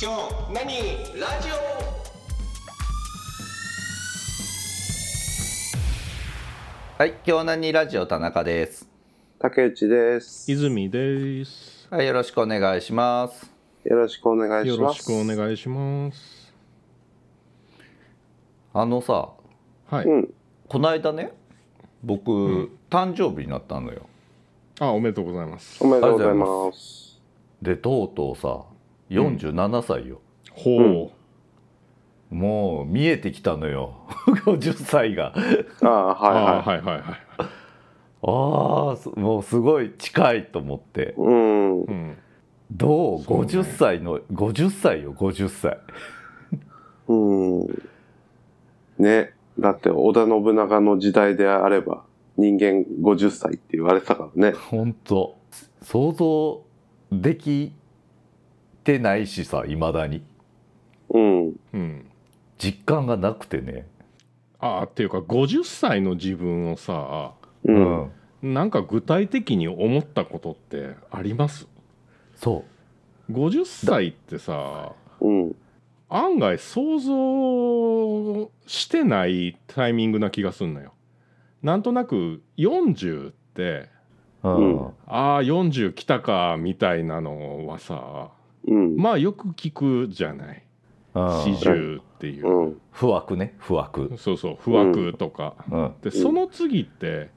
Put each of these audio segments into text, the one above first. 今日何ラジオはい、京南にラジオ田中です。竹内です。よ泉です。はい、よろしくお願いします。ろしくお願いよしろましす。くお願いします。あのさ、はい。うん。この間ね、僕、誕生日になったのよ。あ、おめでとうございます。おめでとうございます。で、とうとうさ、47歳よ。ほう。もう見えてきたのよ。50歳が。ああ、はあーはいはいはい。ああ、すもうすごい近いと思って。いはい。うん。うん。どうそうね ?50 歳の、50歳よ、50歳。うん。ね。だって、織田信長の時代であれば、人間50歳って言われてたからね。本当想像できてないしさ、いまだに。うん。うん。実感がなくてね。あーっていうか50歳の自分をさ、うう。んんなんか具体的に思ったことってありますそう。 ?50 歳ってさ、うん。案外想像してないタイミングな気がすんのよ。なんとなく40って、うんうんああ40来たかみたいなのはさ、うん。まあよく聞くじゃない。四十っていうう、ん。不惑ね不惑、そうそう不惑とか、うん、でその次って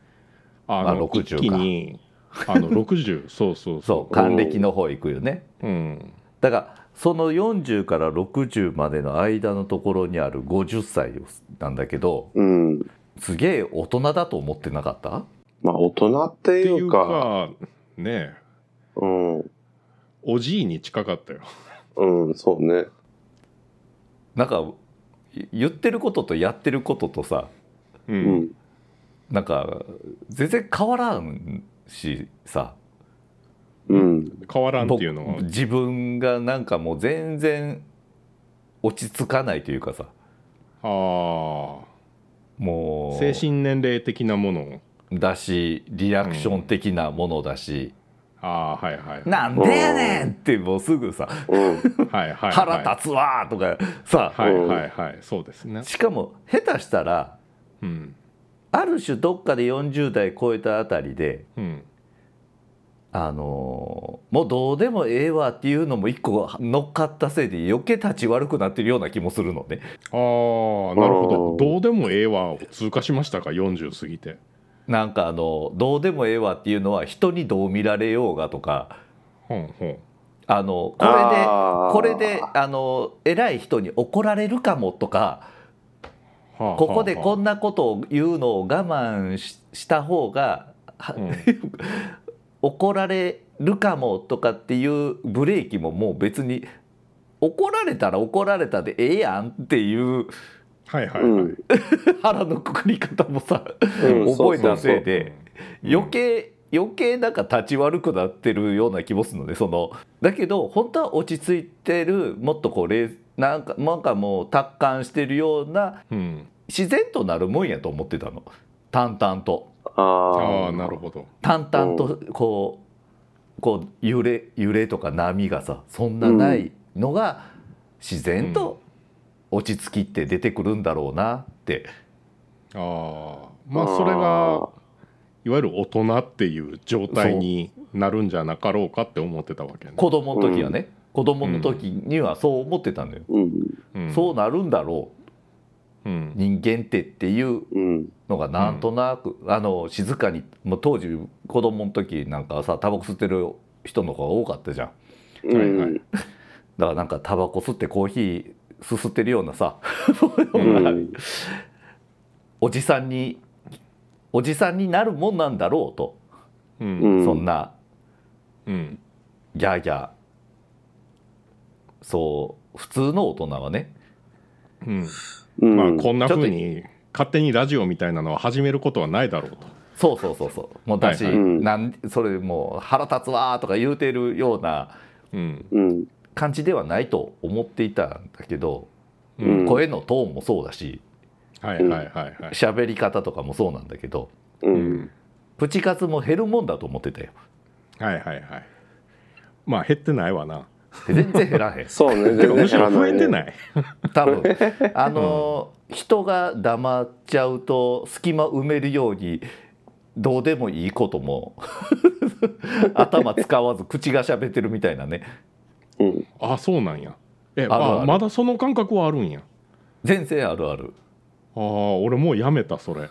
あのあ60か一気にあの60 そうそそうそう還暦の方行くよねううんだからその40から60までの間のところにある50歳なんだけどうん。すげえ大人だと思ってなかったまあ、大人ってっていいううか、かねえうん。おじいに近かったようん、そうね。なんかい言ってることとやってることとさう、うんん。なんか全然変わらんしさうん。変わらんっていうのは僕自分がなんかもう全然落ち着かないというかさあもあう精神年齢的なものをだしリアクション的なものだし、ああはいはいなんでやねんってもうすぐさうん。はいはい腹立つわーとかさ、はいはいはいそうですねしかも下手したらうんある種どっかで40代超えたあたりで、うんあのーもうどうでもええわっていうのも一個乗っかったせいで余計立ち悪くなってるような気もするのねああなるほどうんどうでもええわを通過しましたか40過ぎてなんかあのどうでもええわっていうのは人にどう見られようがとかほんほんあのあーこれでこれであの偉い人に怒られるかもとかはあここではあこんなことを言うのを我慢しした方がはうん 怒られるかもとかっていうブレーキももう別に怒られたら怒られたでええやんっていうはいはいはうい、ん。腹のくくり方もさ うん覚えたせいでうん余計余計なんか立ち悪くなってるような気もするのでそのだけど本当は落ち着いてるもっとこう冷なんかなんかもう達観してるようなうん、自然となるもんやと思ってたの淡々と。ああああ。なるほど淡々とこうこう揺れ揺れとか波がさそんなないのが自然と落ち着きって出てくるんだろうなって、ああまあそれがいわゆる大人っていう状態になるんじゃなかろうかって思ってたわけね、子供の時はね、子供の時にはそう思ってたのよ、うん。うん、そうなるんだろう、うん人間ってっていううん。のがなんとなく、あの静かにもう当時子供の時なんかはさタバコ吸ってる人の方が多かったじゃんうん。はいはいだからなんかタバコ吸ってコーヒーすすってるようなさ、うん。おじさんにおじさんになるもんなんだろうと、ううんん。そんなうんギャーギャーそう普通の大人はねうんうん。まあこんなふうに勝手にラジオみたいなのは始めることはないだろうとそうそうそうそうもうだし、はいはいうんなんそれもう腹立つわーとか言うてるようなうんうん。感じではないと思っていたんだけど、うん声のトーンもそうだしはいはいはいはい喋り方とかもそうなんだけどう。うんんプチ活も減るもんだと思ってたよはいはいはいまあ減ってないわなで全然減らへんそうね、全てか然むし減ろら増なえい、てね。ない多 分あの、人が黙っちゃうと隙間埋めるようにどうでもいいことも 頭使わず口が喋ってるみたいなねうん。あそうなんやえあるあるあまだその感覚はあるんや全然あるあるああ俺もうやめたそれ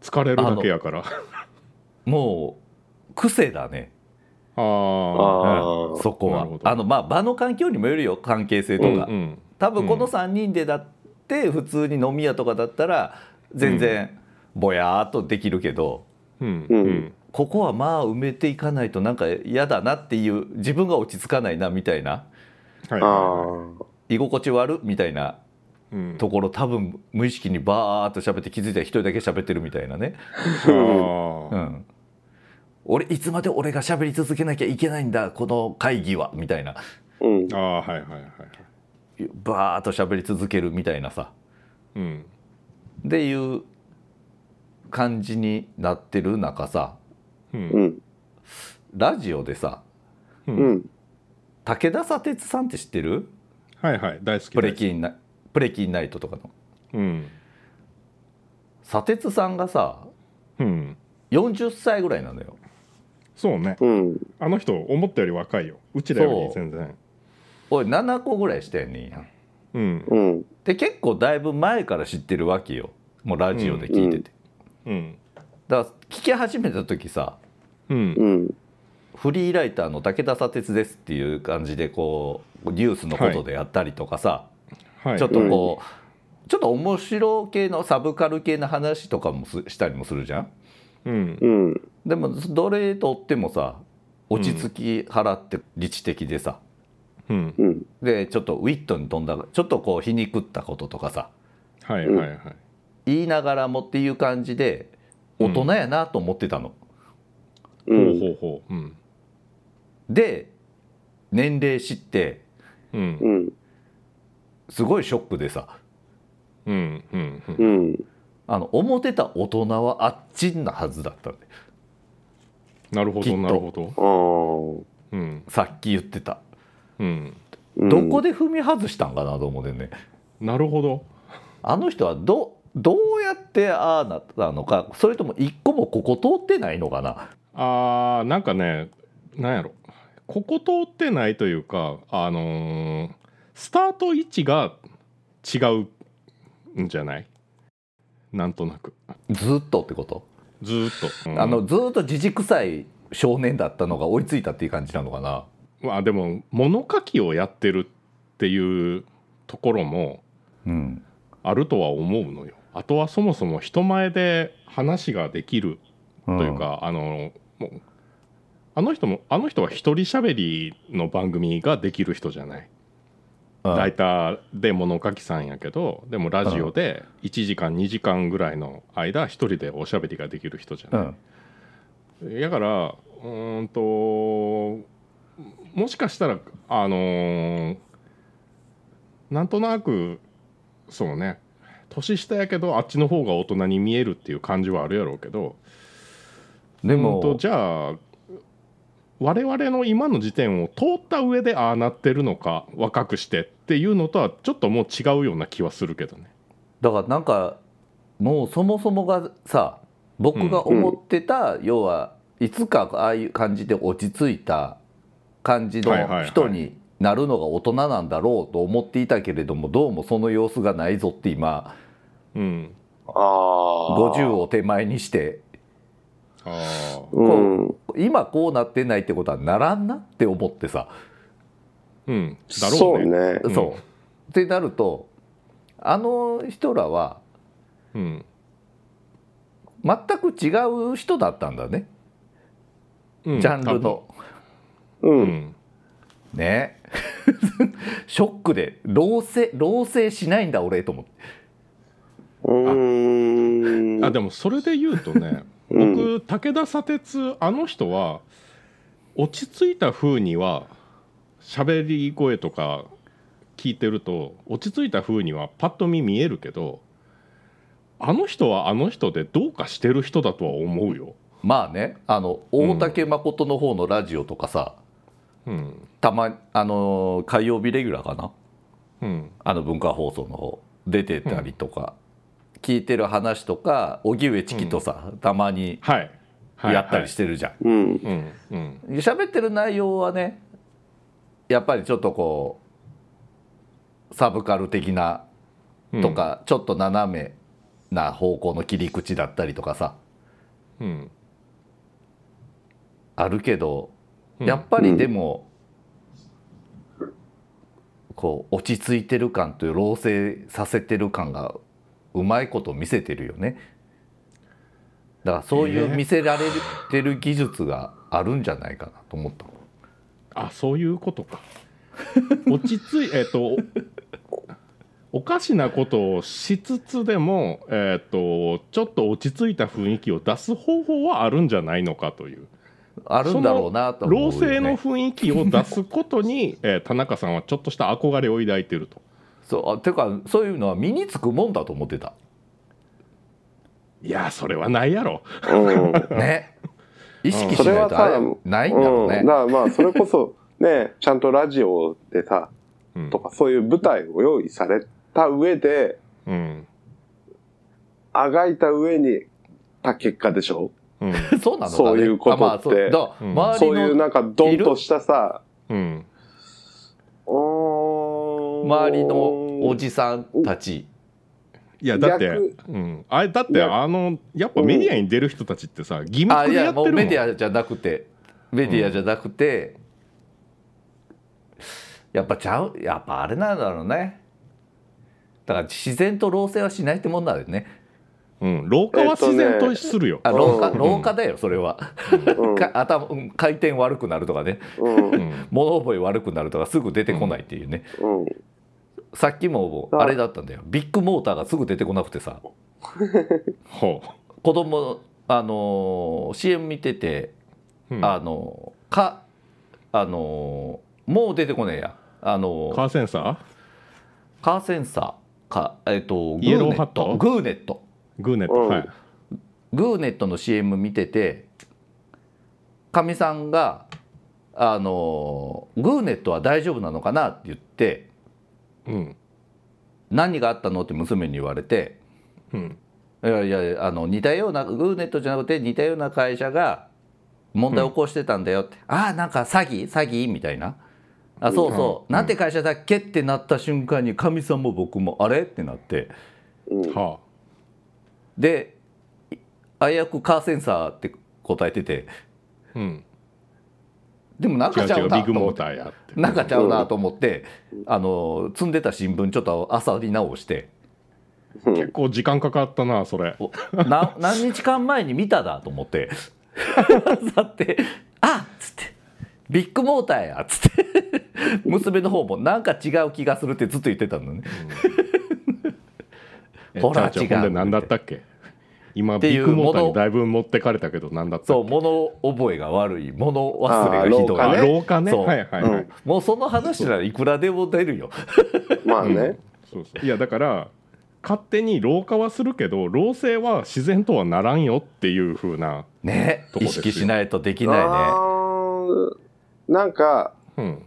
疲れるだけやからもう癖だねああああ。そこなはるほどあのまあ場の環境にもよるよ関係性とか、うんうん多分この3人でだって普通に飲み屋とかだったら全然ぼやーっとできるけど、うんうんうんここはまあ埋めていかないとなんか嫌だなっていう自分が落ち着かないなみたいなはいあはあ。居心地悪みたいないうんところ多分無意識にバーっと喋って気づいたら一人だけ喋ってるみたいなね、うあん、俺いつまで俺が喋り続けなきゃいけないんだこの会議はみたいなうんー。あーはいはいはいはいバーっと喋り続けるみたいなさうんっていう感じになってる中さううんん。ラジオでさううんん。武田砂鉄さんって知ってるはいはい大好きプでレすキンナプレキンナイトとかのうん砂鉄さんがさうん40歳ぐらいなのよそうねうん。あの人思ったより若いようちらより全然俺7個ぐらいしてんねんやうんうん。で結構だいぶ前から知ってるわけよもうラジオで聞いてて、うんだから聞き始めた時さうんうん。フリーライターの武田砂鉄ですっていう感じでこうニュースのことでやったりとかさ、はいちょっとこう、ちょっと面白系のサブカル系の話とかもすしたりもするじゃんうんうん。でもどれとってもさ落ち着き払って理知的でさ、うんうん。でちょっとウィットに飛んだちょっとこう皮肉ったこととかさはいはいはい言いながらもっていう感じで大人やなと思ってたの、う。ほうんほうほううんで年齢知ってうんうん。すごいショックでさうんうんうんうん。あの思ってた大人はあっちんなはずだったんでなるほきっどとなるほどああ。うんさっき言ってた、うんうんどこで踏み外したんかなと思ってねなるほどあの人はどどうやってああなったのかそれとも一個もここ通ってないのかなあーなんかねなんやろここ通ってないというかあのースタート位置が違うんじゃないなんとなくずっとってこと、ずーっと、うんあのずっと自軸臭い少年だったのが追いついたっていう感じなのかなまあでも物書きをやってるっていうところもうんあるとは思うのよあとはそもそも人前で話ができるとという、か、あのもうあの人もあの人は一人喋りの番組ができる人じゃない、うんライターで物書きさんやけどでもラジオで1時間2時間ぐらいの間一人でおしゃべりができる人じゃうない、んだからうーんともしかしたらあのーなんとなくそうね年下やけどあっちの方が大人に見えるっていう感じはあるやろうけど、でうんともじゃあ我々の今の時点を通った上でああなってるのか若くしてっていうのとはちょっともう違うような気はするけどね。だからなんかもうそもそもがさ僕が思ってた、要はいつかああいう感じで落ち着いた感じはいはいはのい人になるのが大人なんだろうと思っていたけれどもどうもその様子がないぞって今うん、ああ。 50を手前にしてああ、うん。今こうなってないってことはならんなって思ってさ、うん、だろそううね。ね。うんそうってなるとあの人らはうん全く違う人だったんだね、うんジャンルの。う。多分うんん、ね ショックで老成老成しないんだ俺と思ってうん。あでもそれで言うと ねうん僕武田砂鉄あの人は落ち着いた風には喋り声とか聞いてると落ち着いた風にはパッと見見えるけどあの人はあの人でどうかしてる人だとは思うよ。まあねあの大竹誠の方のラジオとかさ、うんたまあの火曜日レギュラーかなうんあの文化放送の方出てたりとか、聞いてる話とか荻上チキとさ、たまにはいはいやったりしてるじゃん。うん。うんうん喋、ってる内容はねやっぱりちょっとこうサブカル的なうんとか、ちょっと斜めな方向の切り口だったりとかさうんあるけど、うんやっぱりでも、こう落ち着いてる感という老成させてる感がうまいこと見せてるよねだからそういえうー見せられてる技術があるんじゃないかなと思ったのあそういうことか 落ち着いえっ、とおおかしなことをしつつでも、えっとちょっと落ち着いた雰囲気を出す方法はあるんじゃないのかというあるんだろうなとは思老うよ、ね、成の雰囲気を出すことに、 えー田中さんはちょっとした憧れを抱いてるとそうあていうかそういうのは身につくもんだと思ってたいやーそれはないやろうん。ね意識しそれないはとあされ、ないんだろうね、うん、だからまあそれこそねちゃんとラジオでさうんとかそういう舞台を用意された上でうんあがいた上にた結果でしょうんそうなのかねそういうことっあてまあそうだからうん周そりういうのなんかドンとしたさ うん周周りのおじさんたちいやだって、逆うん、あれだって逆あのやっぱメディアに出る人たちってさギミッあクいでややってもうるもんメディアじゃなくてメディアじゃなくて、やっぱちゃうやっぱあれなんだろうねだから自然と老成はしないってもんだよねうん、老化は自然とするよ、あ老化うん老化だよそれは、うんか頭うん回転悪くなるとかねうんううんん物覚え悪くなるとかすぐ出てこないっていうね、さっきもあれだったんだよビッグモーターがすぐ出てこなくてさほ子供あのー CM 見てて、う、うん、あのーかあのーもう出てこねえやあのーカーセンサーカーセンサーかえっ、とグイエーローネハッットトグーネットグーネット、うんはい、グーネットの CM 見ててかみさんがあのーグーネットは大丈夫なのかな?」って言ってうん「何があったの?」って娘に言われてうんいやいやあの似たようなグーネットじゃなくて似たような会社が問題を起こしてたんだよって、ああなんか詐欺詐欺みたいなあそうそう、うんなんて会社だっけってなった瞬間にかみさんも僕もあれってなってうんはでいあやくカーセンサーって答えててあうんでもなん違うかちゃ違ううビなッグと思モっータてーやってなんかちゃうなと思って、あの積んでた新聞ちょっとあさり直して結構時間かかったなそれおな何日間前に見ただと思ってだって「あっ!」つって「ビッグモーターや」っつって娘の方も「なんか違う気がする」ってずっと言ってたのねえほらちゃう違うちゃうほんで何だったっけ今てビいッうグモーターもにのだいぶ持ってかれたけど何だったっけそう物覚えが悪い物忘れがひどいあーあね廊下ねそうはいはいはい、うんもうその話ならいくらでも出るよまあうねんそうそういやだから勝手に老化はするけど老成は自然とはならんよっていう風なねとこ意ですよ識しないとできないあねーなんかうん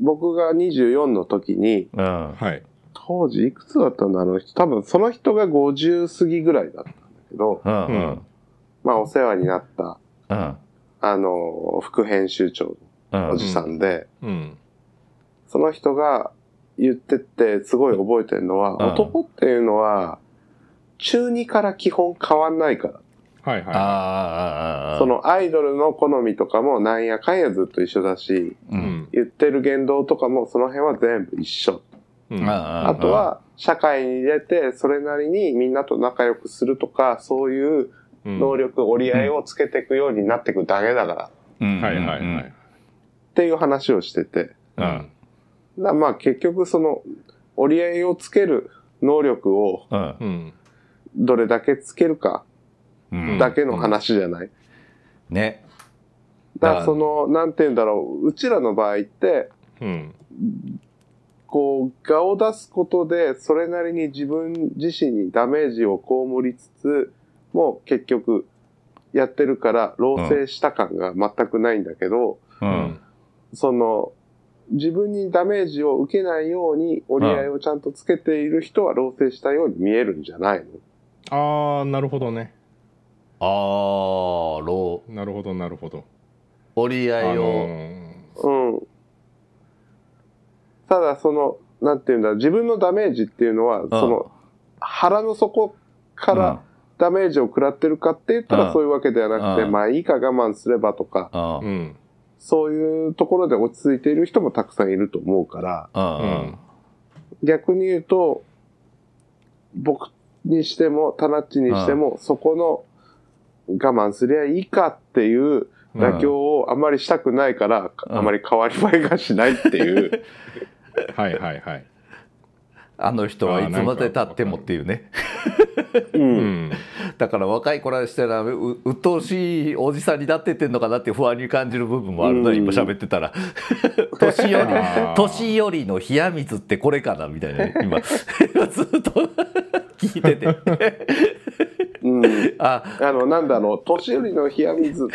僕が24の時にうんはい当時いくつだったんだあの人多分その人が50過ぎぐらいだったんだけどうんううんんまあお世話になったうんあの副編集長うんのおじさんで、うんその人が言ってってすごい覚えてるのは、うん男っていうのは中2から基本変わんないから。はいはいあーあーあーあーそのアイドルの好みとかもなんやかんやずっと一緒だし、ううんん言ってる言動とかもその辺は全部一緒。うんああとは社会に出てそれなりにみんなと仲良くするとか、そういううん能力、折り合いをつけていくようになっていくだけだから。うんはいはいはいっていう話をしてて。うんうんだからまあ結局その折り合いをつける能力をうんうんどれだけつけるかうんだけの話じゃない。ねだかだらその、なんて言うんだろう、うちらの場合って、うんこう、顔を出すことで、それなりに自分自身にダメージを被りつつ、もう結局、やってるから、老成した感が全くないんだけど、ううんその、自分にダメージを受けないように折り合いをちゃんとつけている人は老成したように見えるんじゃないのああなるほどねああローなるほどなるほど折り合あいを、のうん。ただ、その、なんていうんだ、自分のダメージっていうのは、んその、腹の底からダメージを食らってるかって言ったうんらそういうわけではなくて、うんまあいいか我慢すればとか、うんーううんんそういうところで落ち着いている人もたくさんいると思うから、うんううんん逆に言うと、僕にしても、タナッチにしても、そこの我慢すりゃいいかっていう妥協をあまりしたくないから、うんあまり変わり映えがしないって いう。はいはいはいあの人はいつまでたってもっていうねうんうんだから若い子らしたらう鬱陶しいおじさんになってってんのかなって不安に感じる部分もあるな、うん今喋ってたら年寄りあー年寄りの冷や水ってこれかなみたいな今ずっと聞いててうん、ああの、なんだろう、年寄りの冷や水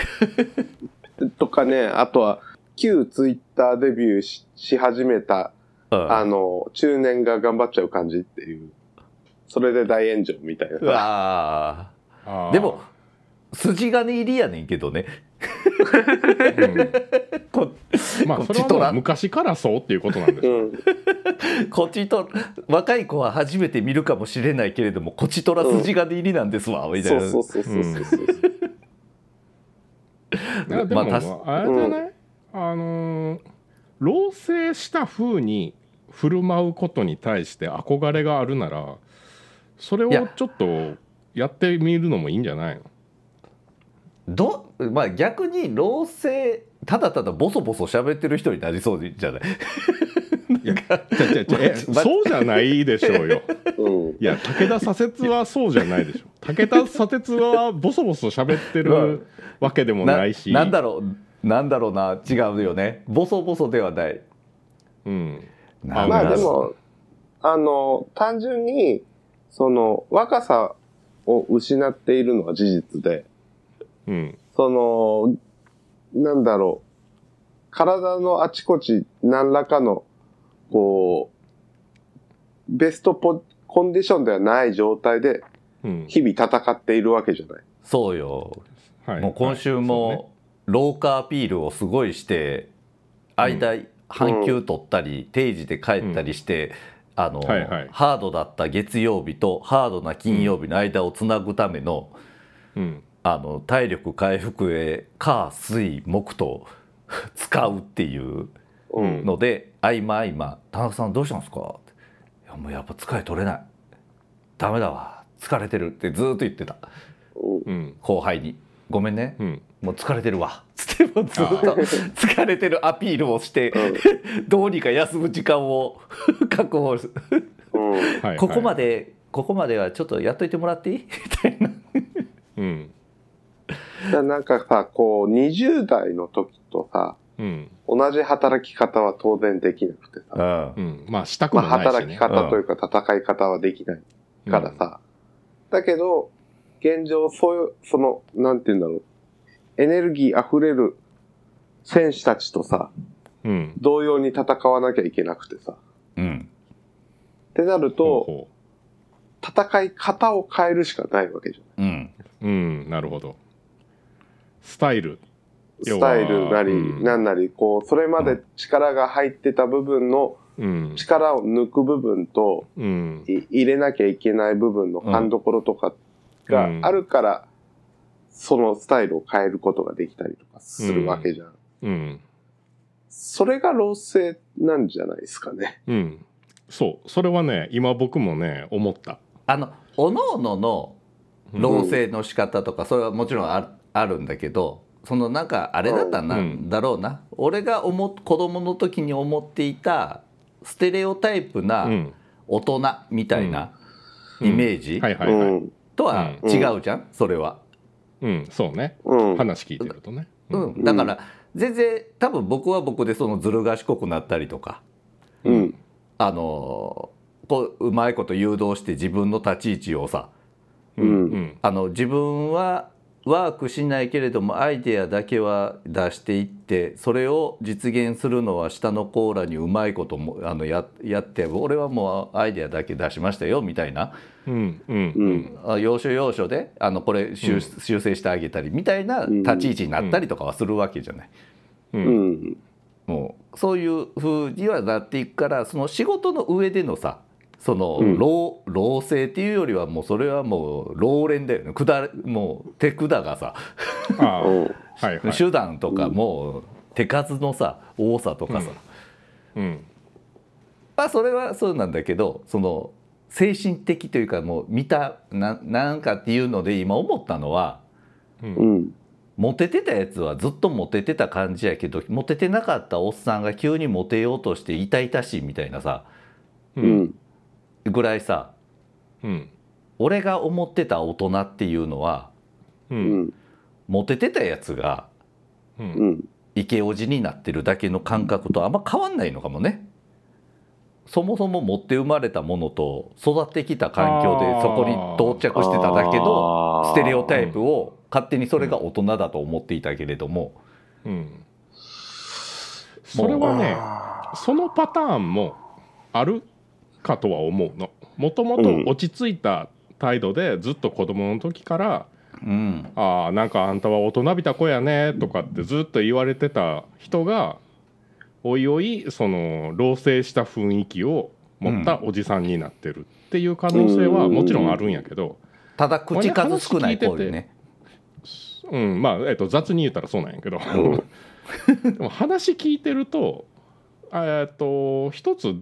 とかね、あとは、旧ツイッターデビューしし始めた、うんあの、中年が頑張っちゃう感じっていう、それで大炎上みたいなう。わあーーでも筋金入りやねんけどねうんこまあこっそちれはともらう昔からそうっていうことなんですうよん、こっちと若い子は初めて見るかもしれないけれどもこっちとら筋金入りなんですわ、みたいそなうそうそうそうそうそう。いやでも、まあ確あ、れじゃない、あのー老成した風に振る舞うことに対して憧れがあるならそれをいやちょっとやってみるのもいいんじゃないのどまあ逆に老成ただただボソボソ喋ってる人になりそうじゃないちゃちゃち ゃえまそうじゃないでしょうようんいや武田左折はそうじゃないでしょ武田左折はボソボソ喋ってるわけでもないしなんだろうなんだろうな違うよねボソボソではないうんなんまだあでろも、あの、単純に、その、若さを失っているのは事実で、うんその、なんだろう、体のあちこち何らかの、こう、ベストポコンディションではない状態でうん日々戦っているわけじゃない。うそうよはいもう今週はいも廊下アピールをすごいして間半休取ったり定時で帰ったりして、あのはいはいハードだった月曜日とハードな金曜日の間をつなぐための,、そうねあの体力回復へ火水木と 使うっていうううんので合間合間「田中さんどうしたんですか?」って「いやもうやっぱ疲れ取れないダメだわ疲れてる」ってずーっと言ってたうんうん後輩に「ごめんね」うんもう疲れてるわつってもうずっとあ疲れてるアピールをして どうにか休む時間を 確保すうん。うん。はいはいここまでここまではちょっとやっといてもらっていいみたいなうんだからなんかさ、こう、20代の時とさ、うん同じ働き方は当然できなくてさ、うん、まあしたくまもあ、ないし、働ね、き方というか戦い方はできないからさ。だけど、現状、そういう、その、なんて言うんだろう。エネルギー溢れる選手たちとさ、うん、うん同様に戦わなきゃいけなくてさ。うんってなるほうと、ほ戦い方を変えるしかないわけじゃうん。んううんなるほどスタイル要スはタイルなり、うんなんなり、こう、それまで力が入ってた部分のうん力を抜く部分と、うんい入れなきゃいけない部分の勘どころとかがあるから、そのスタイルを変えることができたりとかするわけじゃん。うんそれが老成なんじゃないですかね。うんそうそれはね今僕もね思ったあのおのおのの老成の仕方とかそれはもちろんああるんだけどそのなんかあれだったんだ,、うんだろうな俺が思っ子供の時に思っていたステレオタイプうなん大人みたいなイメージ、はいはいはい、うん。とは違うじゃん、それは、うんそうねうん。話聞いてるとねうんうんだから全然多分僕は僕でそのずる賢くなったりとかうん。あのーこううまいこと誘導して自分の立ち位置をさうんうんあの自分はワークしないけれどもアイデアだけは出していってそれを実現するのは下のコーラにうまいこともあのややって俺はもうアイデアだけ出しましたよみたいなうんうんううんんあ要所要所であのこれ修,、修正してあげたりみたいな立ち位置になったりとかはするわけじゃない。ううんん。もうそういう風にはなっていくからその仕事の上でのさそのうん老,、老成っていうよりはもうそれはもう老練だよねくだもう手管がさ、ああうはんいはい手段とかもう手数のさ多さとかさ、うんうんまあそれはそうなんだけどその精神的というかもう見たななんかっていうので今思ったのはううんん。モテてたやつはずっとモテてた感じやけどモテてなかったおっさんが急にモテようとして痛々しいみたいなさううんん。ぐらいさうん俺が思ってた大人っていうのはううんん。モテてたやつがううんん。イケオジになってるだけの感覚とあんま変わんないのかもね。そもそも持って生まれたものと育ってきた環境あでーそこに到着してただけのステレオタイプを勝手にそれが大人だと思っていたけれども、うんそれはねあそのパターンもあるかとは思うのもともと落ち着いた態度でずっと子供の時からうん「ああなんかあんたは大人びた子やね」とかってずっと言われてた人がおいおいその老成した雰囲気を持ったおじさんになってるっていう可能性はもちろんあるんやけど、ただ口数少ない子よね。うん、まあ、えっと、雑に言ったらそうなんや けど、でも話聞いてるとえっと一つ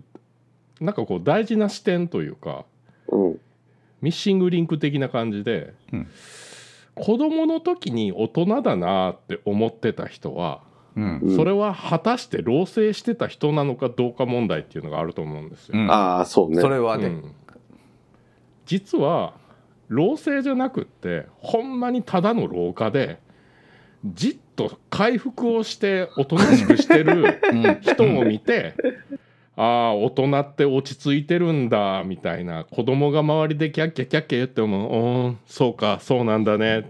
なんかこう大事な視点というかーうん。ミッシングリンク的な感じで、うん子どもの時に大人だなって思ってた人は、うんうんそれは果たして老成してた人なのかどうか問題っていうのがあると思うんですよ。うんああ、そうね。それはうね、ん実は老成じゃなくってほんまにただの老化でじっと回復をしておとなしくしてる うん人を見てああ大人って落ち着いてるんだみたいな子供が周りでキャッキャキャッキャ言っても「うんそうかそうなんだね」っ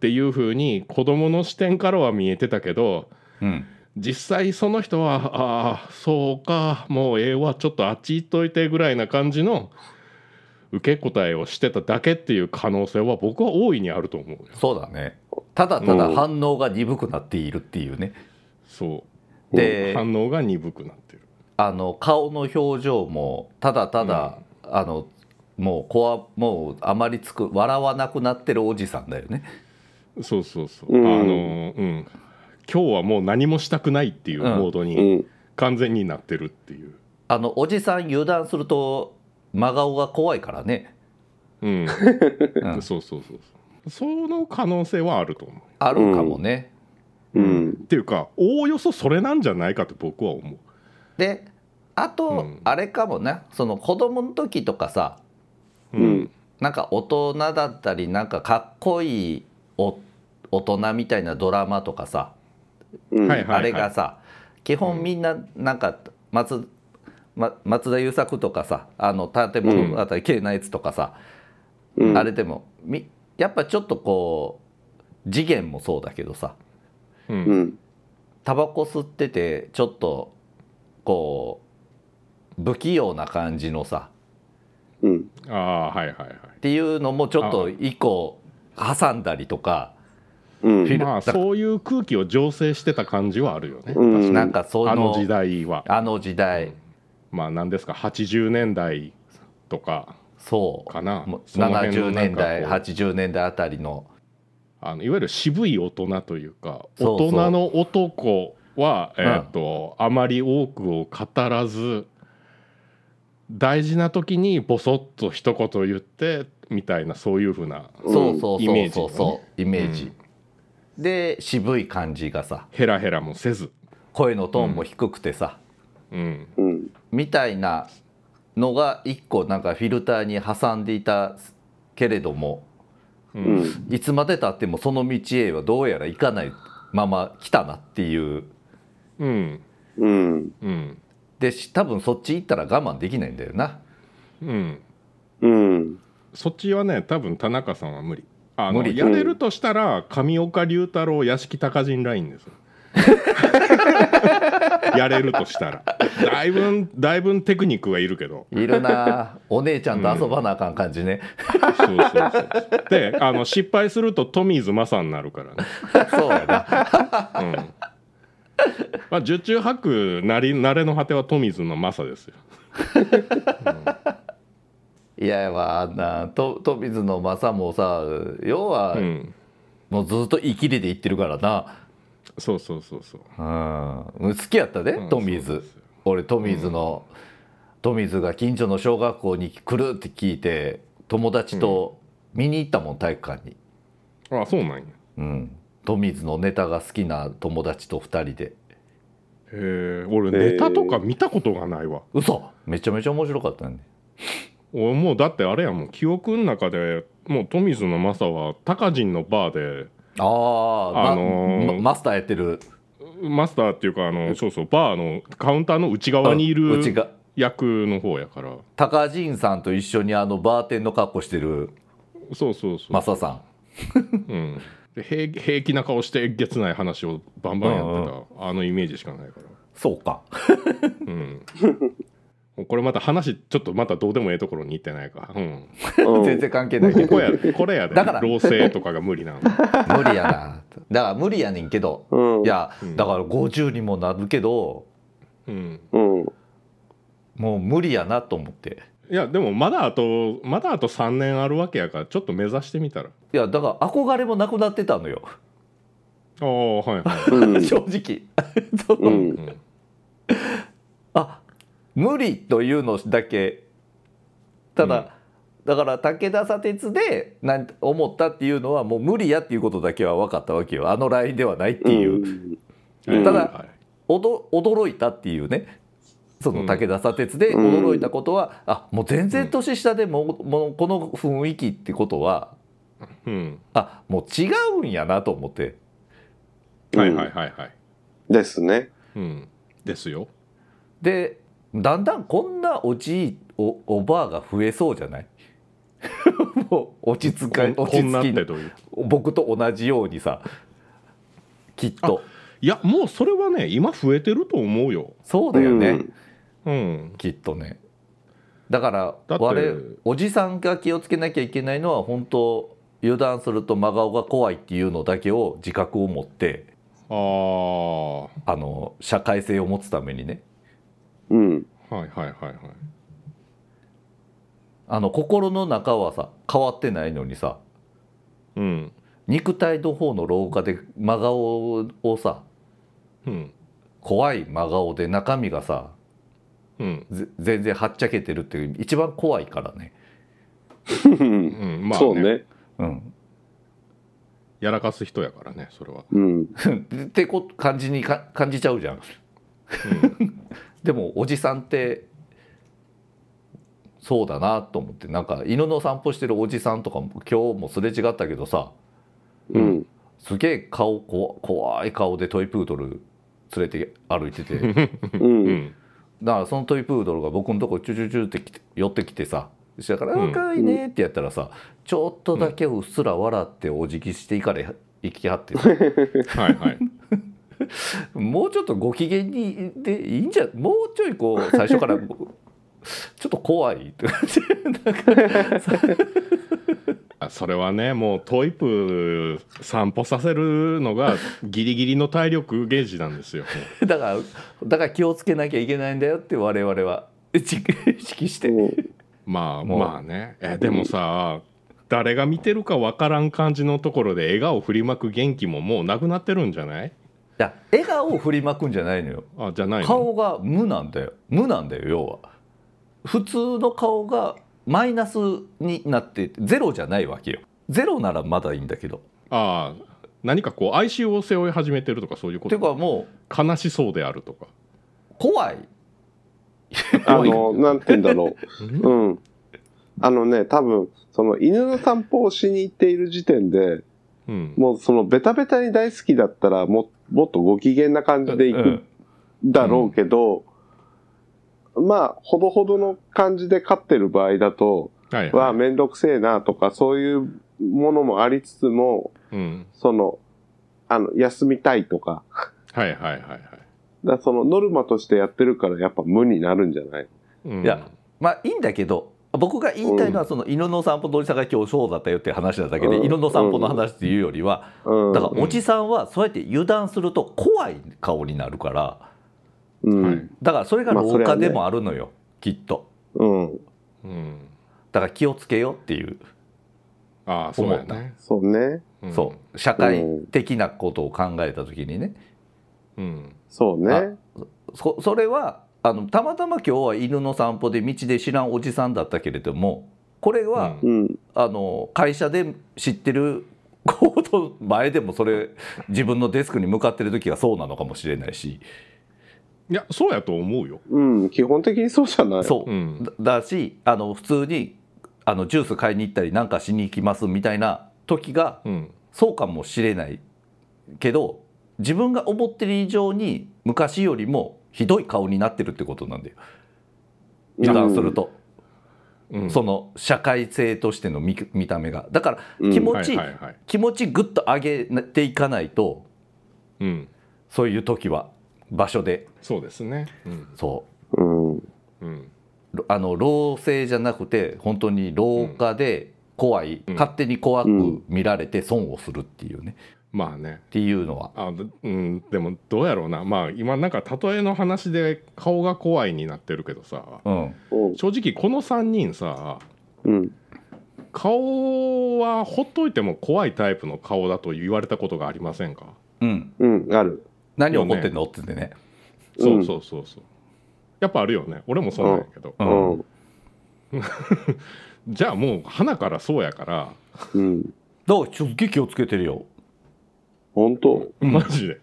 ていうふうに子供の視点からは見えてたけどうん実際その人は「ああそうかもうええわちょっとあっち行っといて」ぐらいな感じの受け答えをしてただけっていう可能性は僕は大いにあると思うよ。そうだねただただ反応が鈍くなっているっていうね。そでう反応が鈍くなってる。あの顔の表情もただただ、あのもう子はもうあまりつく笑わなくなってるおじさんだよね。そうそうそう、うんあのうん今日はもう何もしたくないっていうモードうにん。完全になってるっていう、あのおじさん油断すると真顔が怖いから ね。うんうんそうそうそうそうその可能性はあると思うあるかもね。うん。っていうかおおよそそれなんじゃないかと僕は思うであと、うんあれかもねその子供の時とかさうん。なんか大人だったりなんかかっこいいお大人みたいなドラマとかさ、うん。はいはいあれがさ基本みんななんか松,、ま、松田優作とかさあの建う物んあたり綺麗なやつとかさ、うんあれでもみやっぱちょっとこう次元もそうだけどさううんん。タバコ吸っててちょっとこう不器用な感じのさうん。ああはいはいはいっていうのもちょっと一個挟んだりとか、うん。フィルまあそういう空気を醸成してた感じはあるよね、うんなんかそのあの時代はあの時代まあ何ですか80年代とかそうかなもうその辺の70なん年かこう代80年代あたりのあのいわゆる渋い大人というかそうそう大人の男は、うんえーとあまり多くを語らず大事な時にボソッと一言言ってみたいなそういうふうなそうそうイメそーうジそのうそうねイメージ、で渋い感じがさヘラヘラもせず、声のトーンも低くてさ、うん、うん。みたいなのが一個なんかフィルターに挟んでいたけれどもううんん。いつまでたってもその道へはどうやら行かないまま来たなっていううんうん。うんでし多分そっち行ったら我慢できないんだよなうんうん。そっちはね多分田中さんは無理ああの無理やれるとしたら上岡龍太郎屋敷高人ラインです やれるとしたらだいぶだいぶテクニックはいるけどいる なお姉ちゃんと遊ばなあかん感じね、そうそうそうであの失敗するとトミーズマサになるからね そうやなうんまあ十中八九なり慣れの果てはトミーズのマサですよいやいやあんなと富津の正もさ要は、うんもうずっと生きれていってるからなそうそうそうそううん好きやったで、うんトミーそうズですよ俺トミーズの、トミーズが近所の小学校に来るって聞いて友達と見に行ったもん体育館に、あそうなんやへうん、トミーズのネタが好きな友達と2人でえ俺ネタとか見たことがないわ嘘めちゃめちゃ面白かったね俺もうだってあれやもん記憶の中でもう富津のマサは高人のバーでああ、あのーまマスターやってるマスターっていうかあのそうそうバーのカウンターの内側にいうちるが役の方やから高陣さんと一緒にあのバーテンの格好してるそうそうそう、マサさんうん、で平平気な顔してえげつない話をバンバンやってた、あのイメージしかないからそうかうん もうこれまた話ちょっとまたどうでもええところに行ってないか、 うん、うん 全然関係ないけこどこやこれやでだから老成とかが無理なの無理やなだから無理やねんけどうんいやうんだから50にもなるけどうんうんもう無理やなと思っていやでもまだあとまだあと3年あるわけやからちょっと目指してみたらいやだから憧れもなくなってたのよ、ああはいはうん 正直そううい、うんん、あ無理というのだけただ、だから武田砂鉄でなん思ったっていうのはもう無理やっていうことだけは分かったわけよあのラインではないっていう、うんただはいおど驚いたっていうねその武田砂鉄で驚いたことは、あもう全然年下でも,、もうこの雰囲気ってことはうん、あもう違うんやなと思ってはいはいはいはい、ですね。うん、ですよでだんだんこんなおじいおおばあが増えそうじゃない もう落ち着かこん落ちこんなっ着きてどういう僕と同じようにさきっといやもうそれはね今増えてると思うよそうだよね、うんうんきっとねだからだって我々おじさんが気をつけなきゃいけないのは本当油断すると真顔が怖いっていうのだけを自覚を持ってああはあの社会性を持つためにねうん。いはいはいはいあの心の中はさ変わってないのにさうん肉体の方の老化で真顔をさうん怖い真顔で中身がさうんぜ全然はっちゃけてるっていう一番怖いからね、うんまあ、ねそうね。うん、 やらかす人やからねそれは、うん。ってこ感じにか感じちゃうじゃんうん、 でもおじさんってそうだなと思ってなんか犬の散歩してるおじさんとかも今日もすれ違ったけどさうん。すげえ顔こ怖い顔でトイプードル連れて歩いててだかうん。らそのトイプードルが僕のとこチュチュチュって来て寄ってきてさしたから「うん若いね」ってやったらさちょっとだけうっすら笑ってお辞儀していかれ行きはってさはいはいもうちょっとご機嫌にでいいんじゃもうちょいこう最初から ちょっと怖い って感じあそれはねもうトイプー散歩させるのがギリギリの体力ゲージなんですよだからだから気をつけなきゃいけないんだよって我々はち意識してまあもうまあねえでもさ誰が見てるかわからん感じのところで笑顔振りまく元気ももうなくなってるんじゃないいや笑顔を振りまくんじゃないのよあじゃないの顔が無なんだよ無なんだよ要は普通の顔がマイナスになってゼロじゃないわけよゼロならまだいいんだけどああ何かこう哀愁を背負い始めてるとかそういうこていとうかも悲しそうであるとうか怖いあ の、なんて言うんだろう。うん。あのね、多分、その犬の散歩をしに行っている時点で、うんもうそのベタベタに大好きだったら、も、もっとご機嫌な感じで行うくんだろうけど、まあ、ほどほどの感じで飼ってる場合だと、はいわあ、はいめんどくせえなとか、そういうものもありつつも、うんその、あの、休みたいとか、はいはいはいはい、だからそのノルマとしてやってるからやっぱ無になるんじゃないうん、いやまあいいんだけど僕が言いたいのはその犬の散歩鳥さんが今日そうだったよっていう話なだけで、うん犬の散歩の話っていうよりは、うん。だからおじさんはそうやって油断すると怖い顔になるからうん。はいだからそれがまあそ老れ化はねでもあるのよ、きっとうん。うん、だから気をつけようっていう、ああそうや思ね、そうね。うん、そう社会的なことを考えた時にねう、うん、そうね。そそれはあのたまたま今日は犬の散歩で道で知らんおじさんだったけれどもこれは、ううん。あの会社で知ってる子と前でもそれ自分のデスクに向かってる時がそうなのかもしれないしいやそうやと思うよ、、うん。基本的にそうじゃないそううんだだしあの普通にあのジュース買いに行ったりなんかしに行きますみたいな時がうん、そうかもしれないけど自分が思ってる以上に昔よりもひどい顔になってるってことなんだよ油断すると、うん、その社会性としての見見た目がだからうん気持ち、はいはいはい、気持ちグッと上げていかないとうん、そういう時は場所でそうですね、うんそうん。うん、うろあの老性じゃなくて本当に老化で怖い、うん勝手に怖うくん見られて損をするっていうね、まあねっていうのはあでうん、でもどうやろうなまあ今なんか例えの話で顔が怖いになってるけどさうんうん正直この3人さうん。顔はほっといても怖いタイプの顔だと言われたことがありませんか、うんうん。ある。何怒ってんのって言ってねうんそうそうそうそうやっぱあるよね俺もそうなんやけど、ううんん。じゃあもう花からそうやからうん。だからすっげえ気をつけてるよ本当マジで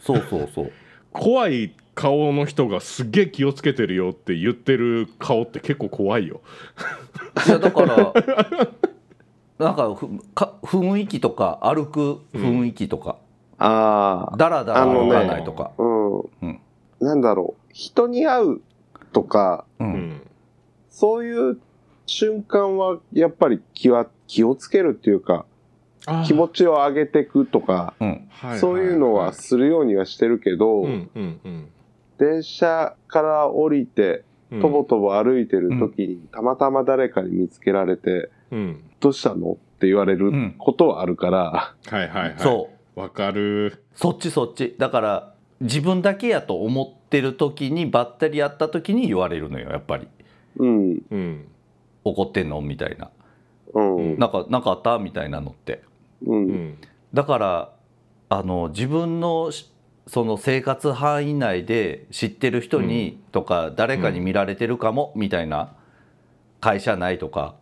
そうそうそう怖い顔の人がすげえ気をつけてるよって言ってる顔って結構怖いよいやだからなんかふか雰囲気とか歩く雰囲気とか、あだらだらあの歩ねかないとか、あ。ううんん。なんだろう。人に会うとか、ううんんそういう瞬間はやっぱり気は気をつけるっていうか、気持ちを上げていくとか、うんそういうのはするようにはしてるけど、うんうんうん電車から降りて、うんとぼとぼ歩いてる時に、たまたま誰かに見つけられて、うんどうしたのって言われることはあるから、はいはいはいそううわかるそっちそっちだから自分だけやと思ってる時にばったり会った時に言われるのよやっぱりうん、うん怒ってんのみたいなうん、うんなんかなんかあったみたいなのってう、うんんだからあの自分のしその生活範囲内で知ってる人にとか誰かに見られてるかもみたいな会社内とか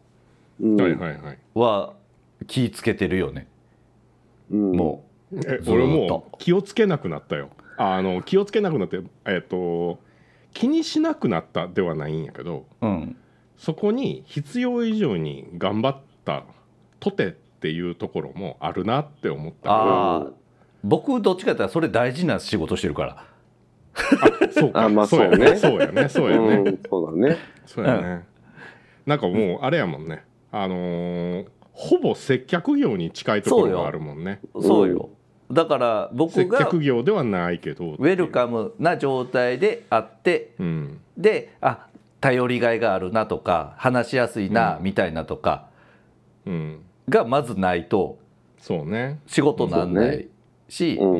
うん、はいはいはいは気ぃつけてるよねうん、もえずーっと俺もう気をつけなくなったよあの気をつけなくなってえっ、と気にしなくなったではないんやけどううんそこに必要以上に頑張ったとてっていうところもあるなって思ったあああ僕どっちかって言ったらそれ大事な仕事してるからそうかあまあそうやねそうやねそううやね、ん、そうだね。そうやねなんかもうあれやもんねあのーほぼ接客業に近いところがあるもんねそうよだから僕接が客業ではないけどウェルカムな状態であってうんであ頼りがいがあるなとか話しやすいなうんみたいなとかうんがまずないとそうね仕事なんないし、うう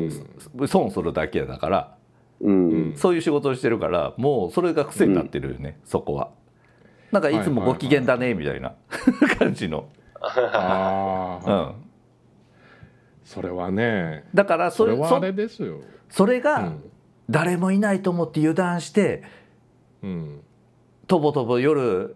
んん、損するだけだからうん、そういう仕事をしてるからもうそれが癖になってるよね、そこは。なんかいつもご機嫌だねみたいな 感じの、あうあ、ん、それはねだからそそれれはあそれですよ、それうがん誰もいないと思って油断してうんとぼとぼ夜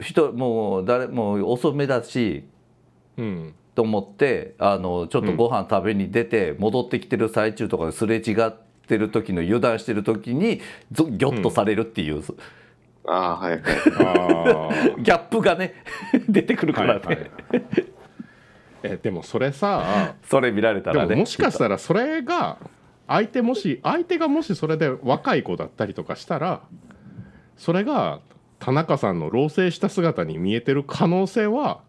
人もう誰もう遅めだし うん、と思ってあのちょっとご飯食べに出て戻ってきてる最中とかですれ違ってる時の油断してる時にぞギョッとされるっていう、ああ、はいはい。ああギャップがね 出てくるかはらいはね、いはいえでもそれさそれ見られたでらもねもしかしたらそれが相手もし相手がもしそれで若い子だったりとかしたらそれが田中さんの老成した姿に見えてる可能性は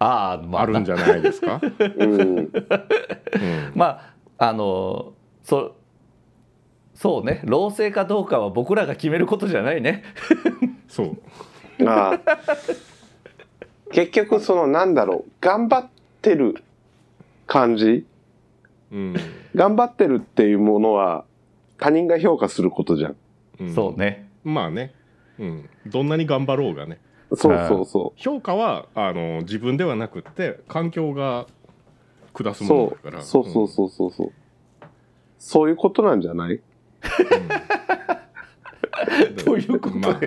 ああまああるんじゃないです か、ううん。んまああのそそうね老成かどうかは僕らが決めることじゃないねそうあ あ結局そのなんだろう頑張ってる感じうん、頑張ってるっていうものは他人が評価することじゃんうんそうねまあね、うん、どんなに頑張ろうがねそうそうそ評価はあの自分ではなくって環境が下うすもそのだうからそうそうそうそうそうそういうことなんじゃないうんということで、まあ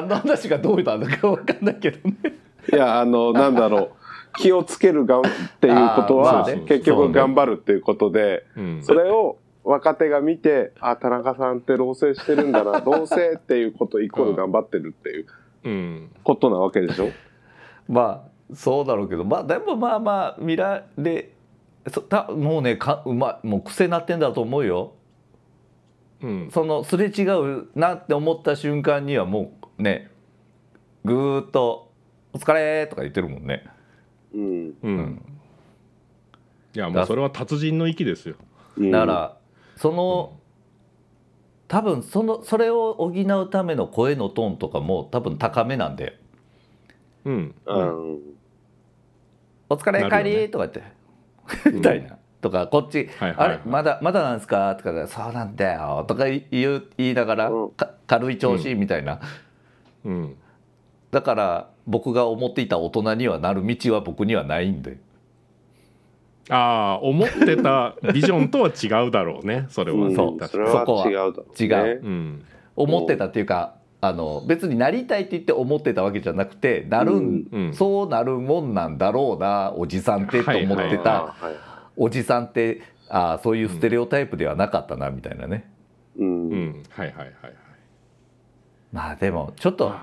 何の話がどうなんだか分かんないけどねいやあ のなんだろう気をつけるがんっていうことああまはあね結そうね局頑張るっていうことでうんそれを若手が見てあ田中さんって老成してるんだ な老成っていうことイコール頑張ってるっていううんことなわけでしょまあそうだろうけどまあでもまあまあ見られそたもうねかうまもう癖なってんだと思うようんそのすれ違うなって思った瞬間にはもうねぐーっと「お疲れ」とか言ってるもんね、うんう、うんいやもうそれは達人の域ですよ、うんだからその、多分そのそれを補うための声のトーンとかも多分高めなんでうんうん「お疲れな帰るよねり」とか言って、 みたいな。とかこっち「はいはいはいあれまだまだなんですか?」とか「そうなんだよ」とか言う言いながら、うんか軽い調子みたいな、うんだから僕が思っていた大人にはなる道は僕にはないんでああ思ってたビジョンとは違うだろうねそれは、うんそう確そかれにそはこは違うだろう、違ううん思ってたっていうかあの別になりたいって言って思ってたわけじゃなくてなるん、うんそうなるもんなんだろうなおじさんってと思はっいてはいた、はいおじさんってあーそういうステレオタイプではなかったなみたいなね、うんうん、はいはいはいはいまあでもちょっと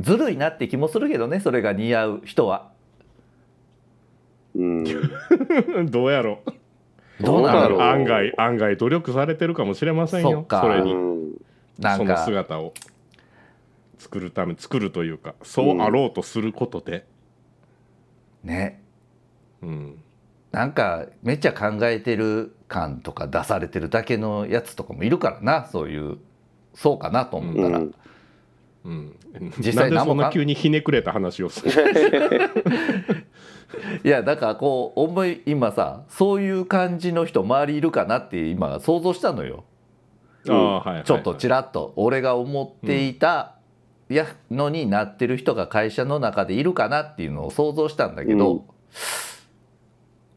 ずるいなって気もするけどねそれが似合う人はうん、 どうやろどううなんだろうどうだろう案外案外努力されてるかもしれませんそよっかそれうにんなそんのか姿を作るため作るというかそうあろうとすることで、ねうんなんかめっちゃ考えてる感とか出されてるだけのやつとかもいるからなそういうそうかなと思ったら、うんうん、実際なんで何もそんかなん急にひねくれた話を するいやだからこう思い今さそういう感じの人周りいるかなって今想像したのよ。ああはいはいはいちょっとちらっと俺が思っていたやのになってる人が会社の中でいるかなっていうのを想像したんだけうんど、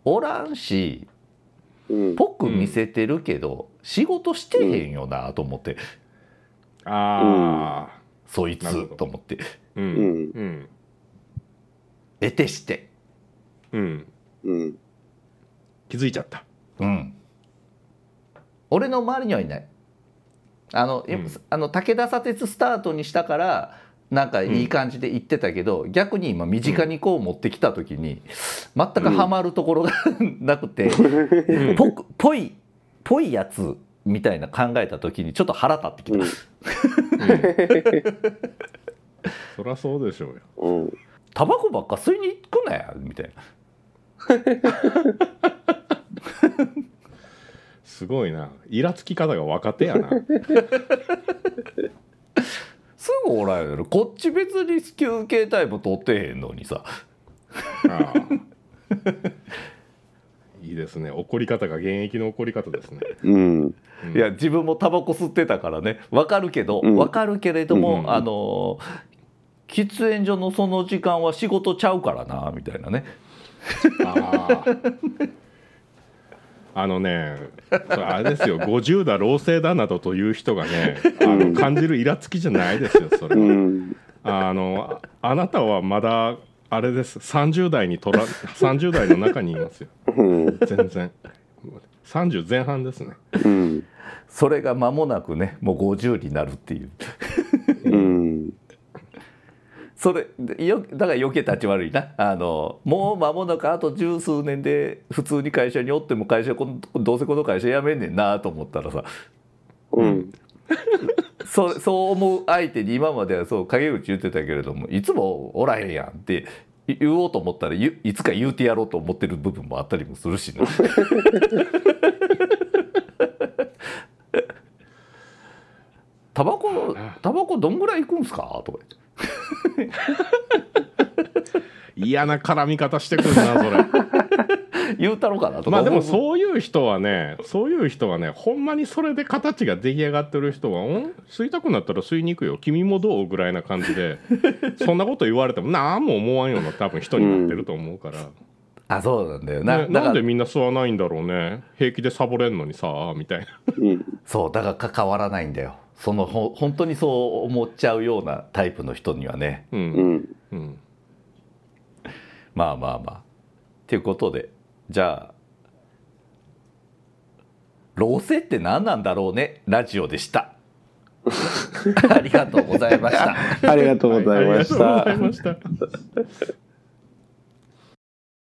おらんしうんぽく見せてるけど、仕事してへんよなと思って、ああそいなるほつどと思ってうんううんんうん、得てしてうん気づいちゃったうん俺の周りにはいないあの、うんあの武田砂鉄スタートにしたからなんかいい感じで言ってたけど、逆に今身近にこう持ってきた時に全くハマるところが なくて、 うんぽくぽいぽいやつみたいな考えた時にちょっと腹立ってきた、うんそりゃそうでしょうようんタバコばっか吸いに行くなよみたいなすごいなイラつき方が若手やなすぐおらんやろこっち別に休憩タイム取ってへんのにさああいいですね怒り方が現役の怒り方ですね、うんうんいや自分もタバコ吸ってたからねわかるけど、うんわかるけれども、うんうんあのー喫煙所のその時間は仕事ちゃうからなみたいなねあーあのねそれあれですよ50だ老成だなどという人がねあうのん感じるイラつきじゃないですよそれうはんあのああなたはまだあれです30代にとら30代の中にいますようん全然30前半ですねうんそれが間もなくねもう50になるっていううんそれでよだから余計立ち悪いなあのもう間もなくあと十数年で普通に会社におっても会社このどうせこの会社辞めんねんなと思ったらさうんそそう思う相手に今まではそう陰口言ってたけれどもいつもおらへんやんって言おうと思ったらゆいつか言うてやろうと思ってる部分もあったりもするしね タバコタバコどんぐらいいくんすかとか嫌な絡み方してくるなそれ言って言うたろかなとかまあでもうそういう人はねそういう人はねほんまにそれで形が出来上がってる人は「ん吸いたくなったら吸いに行くよ君もどう?」ぐらいな感じで そんなこと言われても何も思わんような多分人になってると思うから、あそうなんだよな,、ねだなかんでらみんな吸わないんだろうね平気でサボれんのにさみたいなうん。そうだから関わらないんだよそのほ本当にそう思っちゃうようなタイプの人にはねううんん。うんまあまあまあっていうことでじゃあ老成って何なんだろうねラジオでしたありがとうございましたありがとうございましはあたりがとうございました